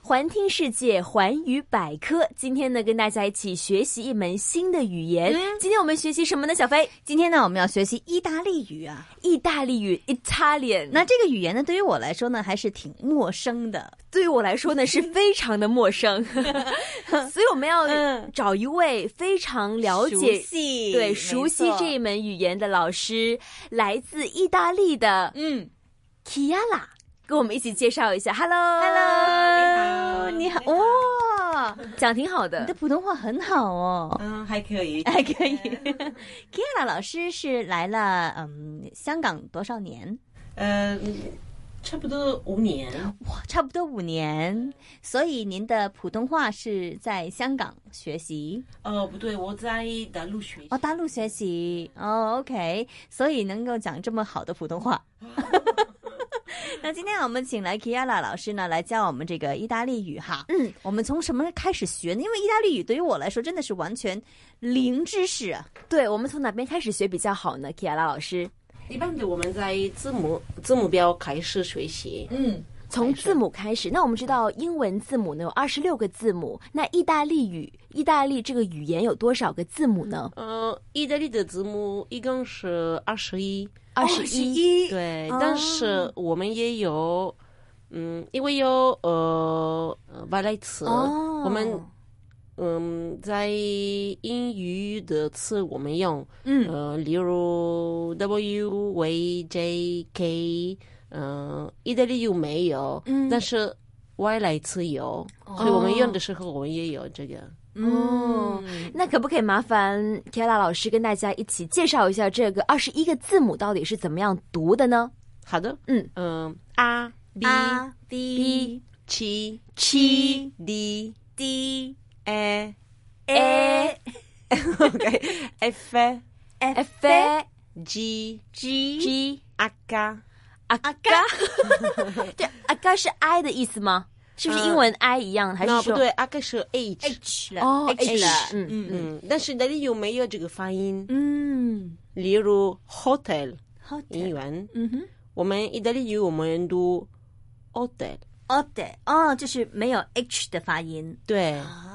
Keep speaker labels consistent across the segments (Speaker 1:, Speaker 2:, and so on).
Speaker 1: 环听世界，环宇百科。今天呢，跟大家一起学习一门新的语言。
Speaker 2: 嗯
Speaker 1: 今天我们学习什么呢？小飞，
Speaker 2: 今天呢，我们要学习意大利语啊。
Speaker 1: 意大利语 （Italian）。
Speaker 2: 那这个语言呢，对于我来说呢，还是挺陌生的。
Speaker 1: 对于我来说呢，是非常的陌生， 所以我们要
Speaker 2: 嗯
Speaker 1: 找一位非常了
Speaker 2: 熟
Speaker 1: 解、
Speaker 2: 悉，
Speaker 1: 对
Speaker 2: 没
Speaker 1: 熟悉
Speaker 2: 错
Speaker 1: 这一门语言的老师，来自意大利的
Speaker 2: 嗯
Speaker 1: Kiara，跟我们一起介绍一下。Hello，Hello，
Speaker 2: ，Hello，你好，哇，
Speaker 1: 讲挺好
Speaker 2: 你的
Speaker 1: 的。
Speaker 2: 普通话很好 哦。
Speaker 3: 嗯，还可以，
Speaker 2: 还可以 ，Kira 老师是来了，嗯，香港多少年？
Speaker 3: 呃，差不多五年，
Speaker 2: 哇，差不多五年。所以您的普通话是在香港学习
Speaker 3: 哦，不对，我在大陆学习
Speaker 2: 哦，大陆学习哦，OK，所以能够讲这么好的普通话。
Speaker 1: 哦
Speaker 2: 那今天我们请来 Kiara 老师呢，来教我们这个意大利语哈。
Speaker 1: 嗯，
Speaker 2: 我们从什么开始学呢？因为意大利语对于我来说真的是完全零知识啊。
Speaker 1: 对，我们从哪边开始学比较好呢？Kiara 老师，
Speaker 3: 一般的我们在字母字母标开始学习，
Speaker 2: 嗯，
Speaker 1: 从字母开始。那我们知道英文字母呢有二十六个字母，那意大利语，意大利这个语言有多少个字母呢？
Speaker 3: 呃，意大利的字母一共是二十一，
Speaker 1: 二十一。
Speaker 2: 一，
Speaker 3: 对，
Speaker 1: 哦
Speaker 3: 但是我们也有，嗯，因为有呃外来词，
Speaker 1: 哦，
Speaker 3: 我们嗯在英语的词我们用。
Speaker 1: 嗯
Speaker 3: 呃，例如 W V J K，嗯、呃，意大利又没有，
Speaker 1: 嗯
Speaker 3: 但是外来词有，所以我们用的时候我们也有这个。
Speaker 1: 哦，那可不可以麻烦 Kira 老师跟大家一起介绍一下这个二十一个字母到底是怎么样读的呢？
Speaker 3: 好的，
Speaker 1: 嗯啊
Speaker 3: 嗯、a B
Speaker 2: R
Speaker 3: D C
Speaker 1: ，G
Speaker 3: D E， D A
Speaker 1: A
Speaker 3: OK F
Speaker 1: F A
Speaker 3: G
Speaker 1: G G
Speaker 3: A K，
Speaker 1: 阿嘎，对，阿嘎啊是 I 的意思吗？是不是英文 I 一样？还是
Speaker 3: 那不
Speaker 1: 说
Speaker 3: 对，A K 是 H，
Speaker 2: H 了
Speaker 1: 哦
Speaker 2: H 了，
Speaker 1: 嗯嗯
Speaker 3: 嗯，但是那里有没有这个发音？
Speaker 1: 嗯
Speaker 3: 例如 hotel
Speaker 2: 好的
Speaker 3: 英文。
Speaker 1: 嗯哼，
Speaker 3: 我们意大利语我们读 hotel，
Speaker 2: 哦对，哦，就是没有 H 的发音。
Speaker 3: 对，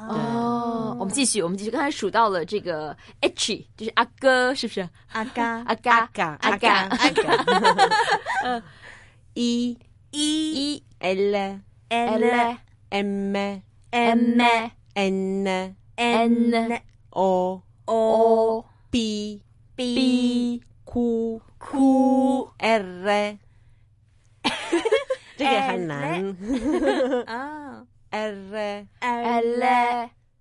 Speaker 1: 哦，我们继续，我们继续，刚才数到了这个 H，就是阿哥，是不是？
Speaker 2: 阿嘎
Speaker 1: 阿嘎
Speaker 3: 嘎
Speaker 1: 阿嘎
Speaker 3: 阿嘎，e
Speaker 2: E
Speaker 3: e l
Speaker 1: L
Speaker 3: m
Speaker 1: M
Speaker 3: n
Speaker 1: N
Speaker 3: o
Speaker 2: O
Speaker 3: p
Speaker 2: B
Speaker 3: q q r，这个很难
Speaker 2: 啊
Speaker 3: ，r
Speaker 1: L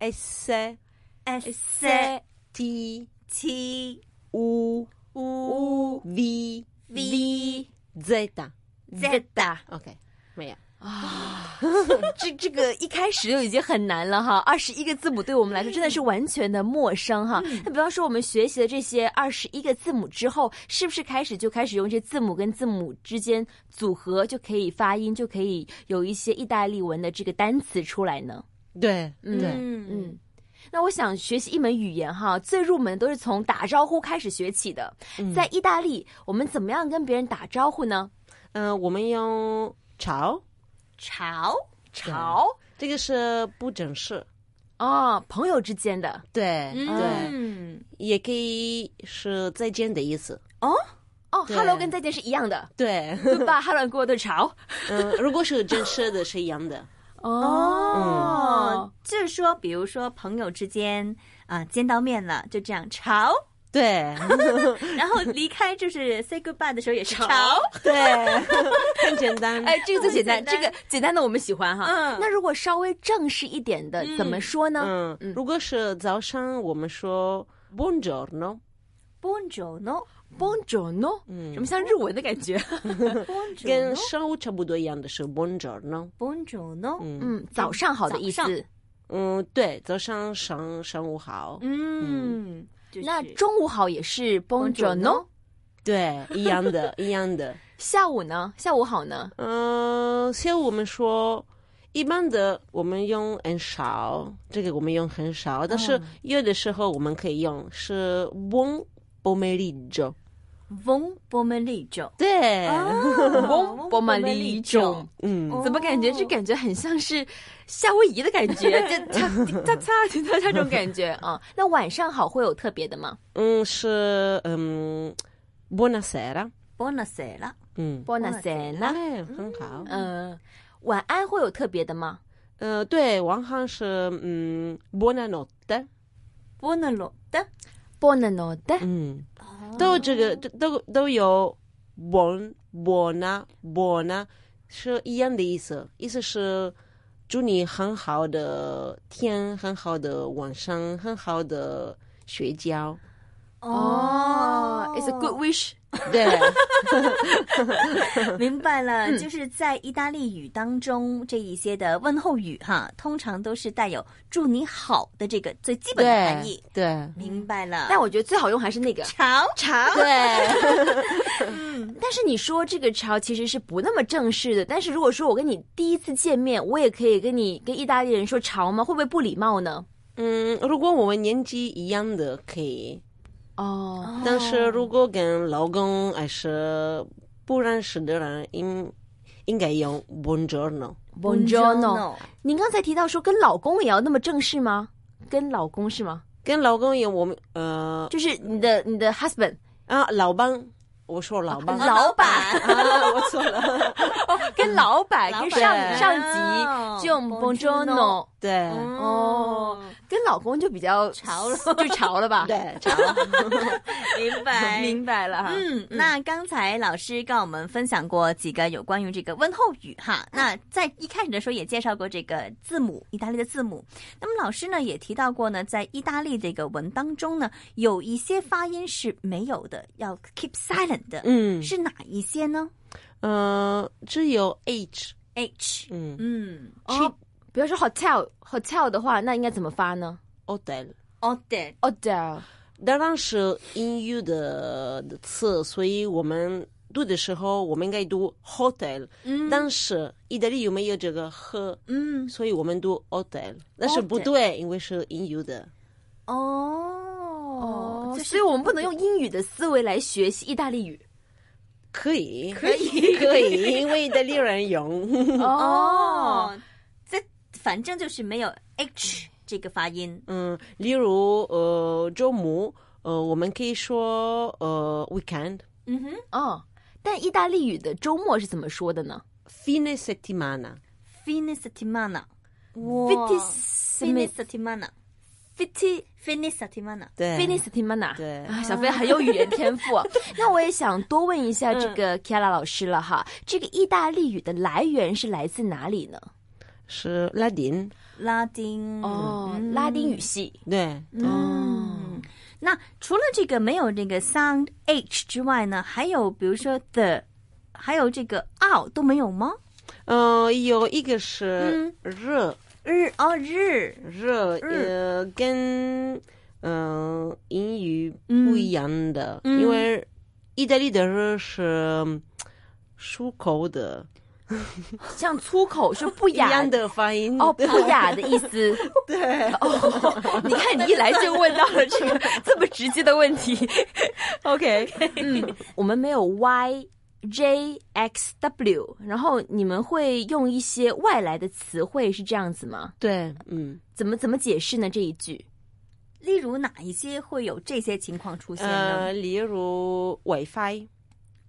Speaker 3: s
Speaker 2: S
Speaker 1: C
Speaker 3: t
Speaker 2: T
Speaker 3: u
Speaker 2: U
Speaker 3: v
Speaker 2: V
Speaker 3: z。
Speaker 2: Z。
Speaker 3: OK，没有。
Speaker 1: 这这个一开始就已经很难了哈，二十一个字母对我们来说真的是完全的陌生哈。那比方说我们学习了这些二十一个字母之后，是不是开始就开始用这字母跟字母之间组合，就可以发音，就可以有一些意大利文的这个单词出来呢？
Speaker 3: 对
Speaker 1: 嗯
Speaker 3: 对。
Speaker 2: 嗯，
Speaker 1: 嗯，那我想学习一门语言哈，最入门的都是从打招呼开始学起的。在意大利，我们怎么样跟别人打招呼呢？
Speaker 3: 嗯、我们用潮，
Speaker 2: 潮
Speaker 1: 潮
Speaker 3: 这个是不正式，
Speaker 1: 哦，朋友之间的
Speaker 3: 对、对，
Speaker 2: 嗯
Speaker 3: 也可以是再见的意思，
Speaker 1: 哦
Speaker 3: 对
Speaker 1: ，hello 跟再见是一样的。
Speaker 3: 对，
Speaker 1: 对吧？哈伦跟我的潮
Speaker 3: 嗯，如果是正式的是一样的，
Speaker 2: 哦，，就是说，比如说朋友之间啊见到面了，就这样潮，
Speaker 3: 对
Speaker 2: 然 后离开就是 say goodbye 的时候也是潮。
Speaker 3: 对， 很简单，
Speaker 1: 哎，这个最简单，
Speaker 2: 很
Speaker 1: 这
Speaker 2: 简
Speaker 1: 个
Speaker 2: 单
Speaker 1: 简单的我们喜欢哈。
Speaker 2: 嗯
Speaker 1: 那如果稍微正式一点的，怎么说呢？
Speaker 3: 嗯，如果是早上我们说 buongiorno，
Speaker 2: Buongiorno，
Speaker 1: Buongiorno，
Speaker 3: 嗯
Speaker 1: 什么像日文的感觉？
Speaker 3: 跟
Speaker 2: Buongiorno，
Speaker 3: 上午差不多一样的是 buongiorno，
Speaker 2: Buongiorno，
Speaker 3: 嗯
Speaker 1: 嗯，早上好的意
Speaker 2: 早
Speaker 1: 思。
Speaker 3: 嗯，对，早上上上午好，
Speaker 2: 嗯，就是
Speaker 1: 那中午好也是 Buongiorno，
Speaker 3: 对，一样的，一样的。
Speaker 1: 下午呢？下午好呢？
Speaker 3: 嗯，下午我们说，一般的我们用很少，这个我们用很少，但是有的时候我们可以用是 buon pomeriggio，
Speaker 2: 翁波门利种，
Speaker 3: 对，
Speaker 2: 哦
Speaker 1: 翁波玛丽种，
Speaker 3: 嗯，
Speaker 1: 怎么感觉这感觉很像是夏威夷的感觉？就擦擦擦擦擦这种感觉啊。那晚上好会有特别的吗
Speaker 3: 嗯是嗯，buonasera，
Speaker 2: bonus 了？
Speaker 3: 嗯，
Speaker 1: ？Buona sera，
Speaker 3: 哎，很好，
Speaker 1: 哦嗯，晚安会有特别的吗
Speaker 3: 呃，对，王汉是嗯，buonanotte，
Speaker 2: 波纳罗的，
Speaker 1: ？Buona notte，
Speaker 3: 嗯，
Speaker 2: 哦
Speaker 3: 都有这个都都都有 buon buona buona 是一样的意思，意思是祝你很好的天，很好的晚上，很好的睡觉。
Speaker 1: 嗯哦，It's a good wish。
Speaker 3: 对，
Speaker 2: 明白了，
Speaker 1: 嗯
Speaker 2: 就是在意大利语当中，这一些的问候语哈，通常都是带有“祝你好”的这个最基本的含
Speaker 3: 对
Speaker 2: 义。，
Speaker 3: 对，
Speaker 2: 明白了。
Speaker 1: 但我觉得最好用还是那个
Speaker 2: 潮
Speaker 1: 茶。
Speaker 3: 对，
Speaker 1: 但是你说这个潮其实是不那么正式的，但是如果说我跟你第一次见面，我也可以跟你跟意大利人说潮吗？会不会不礼貌呢？
Speaker 3: 嗯，如果我们年纪一样的可以，
Speaker 1: 哦，
Speaker 3: 但是如果跟老公还是不认识的人，应应该用 buongiorno。
Speaker 1: Buongiorno。您刚才提到说跟老公也要那么正式吗？跟老公是吗？
Speaker 3: 跟老公也我们呃
Speaker 1: 就是你的你的 husband
Speaker 3: 啊老板，我说啊老板
Speaker 1: 老板
Speaker 3: 啊， 我错了，
Speaker 1: 跟老板
Speaker 2: 老
Speaker 1: 跟
Speaker 2: 板
Speaker 1: 上上
Speaker 2: 哦
Speaker 1: 级就
Speaker 2: Buongiorno
Speaker 1: Buongiorno
Speaker 3: 对
Speaker 1: 哦， 跟老公就比较
Speaker 2: 潮了
Speaker 1: 就潮了吧？，
Speaker 3: 对，
Speaker 2: 明白
Speaker 1: 明白了哈。
Speaker 2: 嗯，那刚才老师跟我们分享过几个有关于这个问候语哈。那在一开始的时候也介绍过这个字母，意大利的字母。那么老师呢也提到过呢，在意大利这个文当中呢，有一些发音是没有的，要 keep silent 的，
Speaker 3: 嗯
Speaker 2: 是哪一些呢
Speaker 3: 呃只有 H，
Speaker 2: ？H，
Speaker 3: 嗯
Speaker 2: 嗯
Speaker 1: 哦，比如说 hotel hotel 的话，那应该怎么发呢
Speaker 3: ，hotel。
Speaker 2: o d e
Speaker 1: ？hotel
Speaker 3: 当然是英语的的词，所以我们读的时候我们应该读 hotel，、
Speaker 2: 嗯
Speaker 3: 但是意大利有没有这个和，
Speaker 2: 嗯，
Speaker 3: 所以我们读 hotel，但是不对，因为是英语的。
Speaker 2: 哦，就是
Speaker 1: 所以我们不能用英语的思维来学习意大利 语。
Speaker 3: 可以，可以，可以，因为意大利人用，
Speaker 1: 哦，
Speaker 2: 哦，这反正就是没有 H 这个发音。
Speaker 3: 嗯，例如呃周末，呃我们可以说呃 weekend。
Speaker 2: 嗯哼。
Speaker 1: 哦，但意大利语的周末是怎么说的呢
Speaker 3: Fine settimana，
Speaker 2: fine settimana，
Speaker 1: ？Fittis
Speaker 2: fine settimana，fine
Speaker 1: fitti
Speaker 2: settimana，
Speaker 3: 对
Speaker 1: f i n i s t i m a n a
Speaker 3: 对
Speaker 1: 啊，小飞很有语言天 赋。啊那我也想多问一下这个 Kiara 老师了哈，这个意大利语的来源是来自哪里呢？
Speaker 3: 是拉丁，
Speaker 2: 拉丁。
Speaker 1: 哦，拉丁语系。
Speaker 3: 对，
Speaker 2: 嗯，那除了这个没有这个 sound h 之外呢，还有比如说 the，还有这个 out 都没有吗？
Speaker 3: 呃，有一个是热、
Speaker 2: 日哦日，
Speaker 3: 热，呃，跟嗯、呃英语不一样的，因为意大利的热是嗯漱口的，
Speaker 1: 像粗口是不
Speaker 3: 一
Speaker 1: 雅
Speaker 3: 样的发音
Speaker 1: 哦，
Speaker 3: 对
Speaker 1: 不雅的意思。
Speaker 3: 嗯对，
Speaker 1: 哦，你看你一来就问到了这个这么直接的问题。OK，嗯， 我们没有 Y。J X W，然后你们会用一些外来的词汇是这样子吗？
Speaker 3: 对，嗯，
Speaker 1: 怎么怎么解释呢？这一句
Speaker 2: 例如哪一些会有这些情况出现
Speaker 3: 呃，
Speaker 2: 呢？
Speaker 3: 例如 WiFi。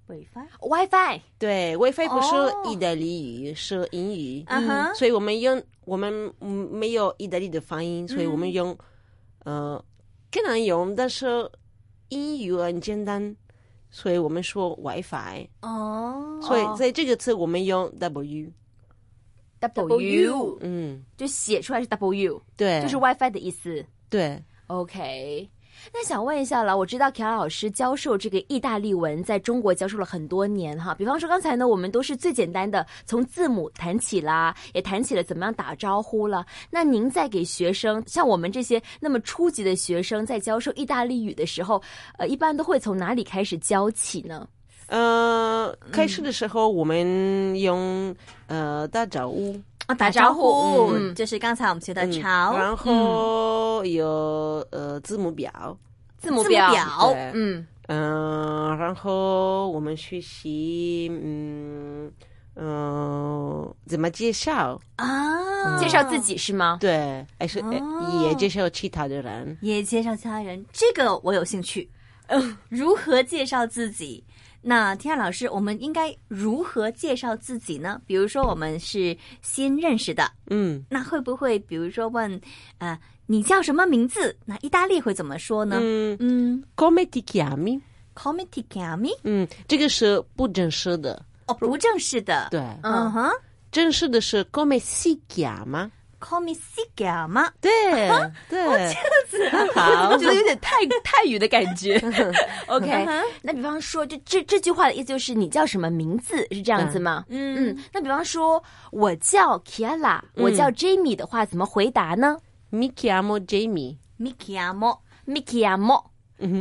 Speaker 2: 北方
Speaker 1: WiFi
Speaker 3: 对，WiFi 不
Speaker 2: 哦
Speaker 3: 是意大利语，是英语，
Speaker 2: 啊哈
Speaker 3: 所以我们用我们嗯没有意大利的发音，所以我们用、
Speaker 2: 嗯
Speaker 3: 呃更难用，但是英语很简单，所以我们说 WiFi，
Speaker 2: 哦，
Speaker 3: 所以在这个词我们用 W，
Speaker 1: W
Speaker 3: 嗯，
Speaker 1: 就写出来是 W，
Speaker 3: 对，
Speaker 1: 就是 WiFi 的意思。
Speaker 3: 对，
Speaker 1: OK，那想问一下了，我知道 k a 老师教授这个意大利文在中国教授了很多年哈，比方说刚才呢，我们都是最简单的从字母谈起啦，也谈起了怎么样打招呼了。那您在给学生，像我们这些那么初级的学生，在教授意大利语的时候，呃，一般都会从哪里开始教起呢？
Speaker 3: 呃，开始的时候我们用呃大招呼，
Speaker 2: 啊，打
Speaker 1: 招
Speaker 2: 招
Speaker 1: 呼
Speaker 2: 呼，
Speaker 1: 嗯
Speaker 2: 就是刚才我们学的
Speaker 3: 嗯
Speaker 2: 潮、
Speaker 3: 然后有、呃字母表，
Speaker 1: 字母
Speaker 2: 字母
Speaker 1: 表，
Speaker 2: 表
Speaker 3: 对
Speaker 1: 嗯，
Speaker 3: 嗯、然后我们学习，嗯嗯、呃怎么介绍？
Speaker 2: 啊，
Speaker 1: 介绍自己是吗？
Speaker 3: 对，还是、呃
Speaker 2: 哦
Speaker 3: 也介绍其他的人。
Speaker 2: 也介绍其他人，这个我有兴趣。嗯如何介绍自己？那天下老师，我们应该如何介绍自己呢？比如说，我们是新认识的，
Speaker 3: 嗯
Speaker 2: 那会不会比如说问，呃，你叫什么名字？那意大利会怎么说呢？
Speaker 3: 嗯
Speaker 2: 嗯
Speaker 3: ，come ti chiami？
Speaker 2: c o m e t i c a m i
Speaker 3: 嗯，这个是不正式的，
Speaker 2: 哦，不正式的，，
Speaker 3: 对，
Speaker 2: 嗯哼
Speaker 3: 正式的是 come si chiama？
Speaker 2: c o m e si c a m a
Speaker 3: 对对，
Speaker 1: 好，我觉得有点太泰语的感 觉。OK，那比方说，就这这句话的意思就是你叫什么名字是这样子吗？嗯，那比方说我叫 Kiara，我叫 Jamie 的话，怎么回答呢
Speaker 3: mi chiamo Jamie。
Speaker 2: mi chiamo
Speaker 1: ？Miki a m o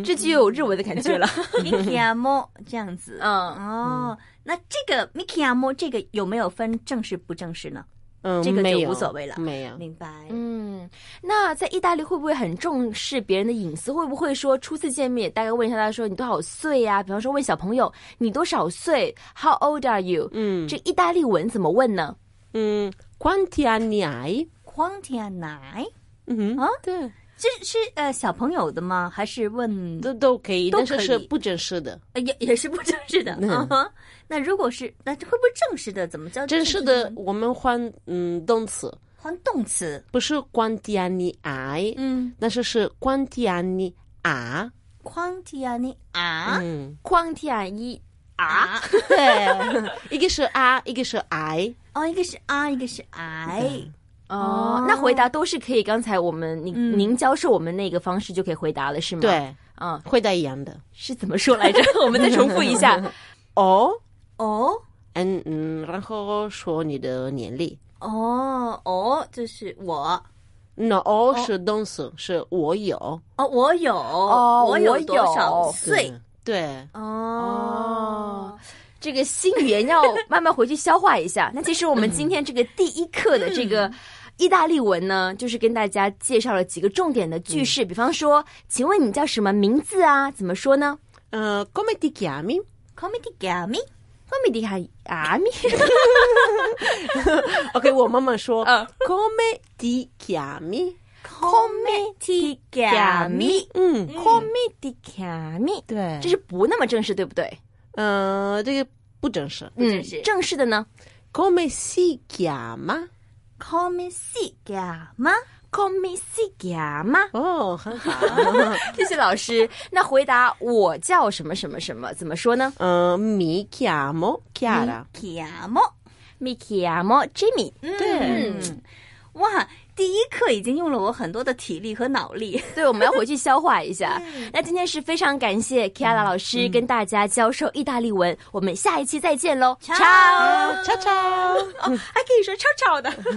Speaker 1: 这句有日文的感觉了。
Speaker 2: mi chiamo 这样子，
Speaker 1: 嗯，
Speaker 2: 哦，那这个 mi chiamo 这个有没有分正式不正式呢？
Speaker 3: 嗯，
Speaker 2: 这个就
Speaker 3: 没有
Speaker 2: 无所谓了
Speaker 3: 没有。
Speaker 2: 明白，
Speaker 1: 嗯，那在意大利会不会很重视别人的隐私？会不会说初次见面，大概问一下他说你多少岁呀、比方说问小朋友你多少岁，How old are you？
Speaker 3: 嗯
Speaker 1: 这意大利文怎么问呢？
Speaker 3: 嗯，quanti anni hai？
Speaker 2: 框天奶，
Speaker 3: 嗯
Speaker 2: 啊
Speaker 3: 对，
Speaker 2: 这是呃小朋友的吗？还是问
Speaker 3: 都都可以，
Speaker 2: 都
Speaker 3: 但是
Speaker 2: 可
Speaker 3: 是
Speaker 2: 以
Speaker 3: 不正式的。
Speaker 2: 呃也也是不正式 的？嗯哼，那如果是那会不会正式的？怎么叫
Speaker 3: 正式的我们换嗯动词，
Speaker 2: 换动词？
Speaker 3: 不是 quanti anni hai，
Speaker 2: 嗯，
Speaker 3: 啊但是是 quanti anni a。
Speaker 2: 框天你啊
Speaker 3: 嗯，
Speaker 1: 框天一
Speaker 2: 啊，
Speaker 3: 对，一个是 a，一个是 i。
Speaker 2: 哦，一个是啊，一个是 I，
Speaker 1: 哦，那回答都是可以。刚才我们您、您教授我们那个方式就可以回答了，是吗？，
Speaker 3: 嗯对，
Speaker 1: 嗯，
Speaker 3: 回答一样的。
Speaker 1: 是怎么说来 着？我们再重复一下。
Speaker 3: 哦，
Speaker 2: 哦
Speaker 3: 嗯嗯，然后说你的年龄。
Speaker 2: 哦哦，就是我。
Speaker 3: 那哦是动词，是我有。
Speaker 2: 哦，我有，哦我有多少岁？
Speaker 3: 对，
Speaker 2: 哦，
Speaker 1: 这个新语言要慢慢回去消化一 下。那其实我们今天这个第一课的这
Speaker 3: 嗯
Speaker 1: 个意大利文呢，就是跟大家介绍了几个重点的句式，
Speaker 3: 嗯
Speaker 1: 比方说，请问你叫什么名字啊？怎么说呢？
Speaker 3: 呃，come ti chiami？
Speaker 2: comedy gami，
Speaker 1: 后面的卡阿米
Speaker 3: OK，我妈妈 说
Speaker 1: 嗯
Speaker 3: ，come ti chiami？
Speaker 2: comedy gami，
Speaker 3: 嗯，
Speaker 1: 后面的卡米，
Speaker 3: 对，
Speaker 1: 这是不那么正式，对不对？
Speaker 3: 呃，这个不正式。
Speaker 1: 嗯
Speaker 2: 正式，
Speaker 1: 正式的呢
Speaker 3: come si chiama？
Speaker 2: comedy gama，
Speaker 1: ，come si chiama。
Speaker 2: Oh,
Speaker 3: 哦，很好。
Speaker 1: 谢谢老师。那回答我叫什么什么什么，怎么说呢
Speaker 3: 嗯，mi Uh, chiamo Chiara。
Speaker 2: chiamo，
Speaker 1: ？Mi chiamo Jimmy。
Speaker 3: 对，
Speaker 2: 嗯，哇，第一课已经用了我很多的体力和脑力，
Speaker 1: 对，我们要回去消化一下。 那今天是非常感谢 Kiara 老师跟大家教授意大利文，我们下一期再见喽，
Speaker 2: Ah,
Speaker 1: 超
Speaker 2: Ciao
Speaker 3: 悄悄。
Speaker 1: 还可以说超超的。